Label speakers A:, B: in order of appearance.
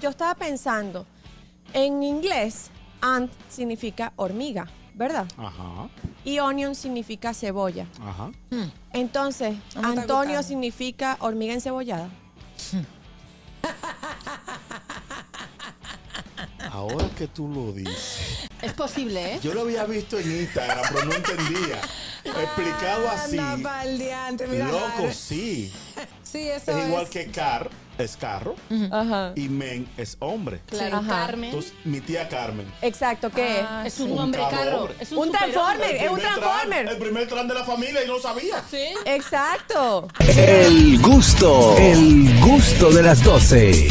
A: yo estaba pensando, en inglés, ant significa hormiga, ¿verdad?
B: Ajá,
A: Y onion significa cebolla.
B: ajá.
A: Entonces,
C: No me está
A: Antonio
C: gustando.
A: significa hormiga encebollada.
B: Ahora que tú lo dices.
C: Es posible, ¿eh?
B: Yo lo había visto en Instagram, pero no entendía.
A: Ah,
B: Explicado así.
C: Anda pa'l diante, mira,
B: Ah, Loco,
C: madre.
B: sí.
C: Sí, eso
B: Es
C: es.
B: igual que car es carro
A: Ajá.
B: y men es hombre.
C: Claro,
A: Ajá.
C: Carmen.
B: Entonces, mi tía Carmen.
A: Exacto, ¿qué es?
C: es un
B: sí.
C: hombre
B: Un
C: carro.
B: carro.
C: Es
A: Un
C: superhombre.
A: transformer. Es un
B: primer tran,
A: transformer.
B: el primer tran de la familia y no sabía.
C: Sí.
A: Exacto.
D: El gusto, el gusto de las 12.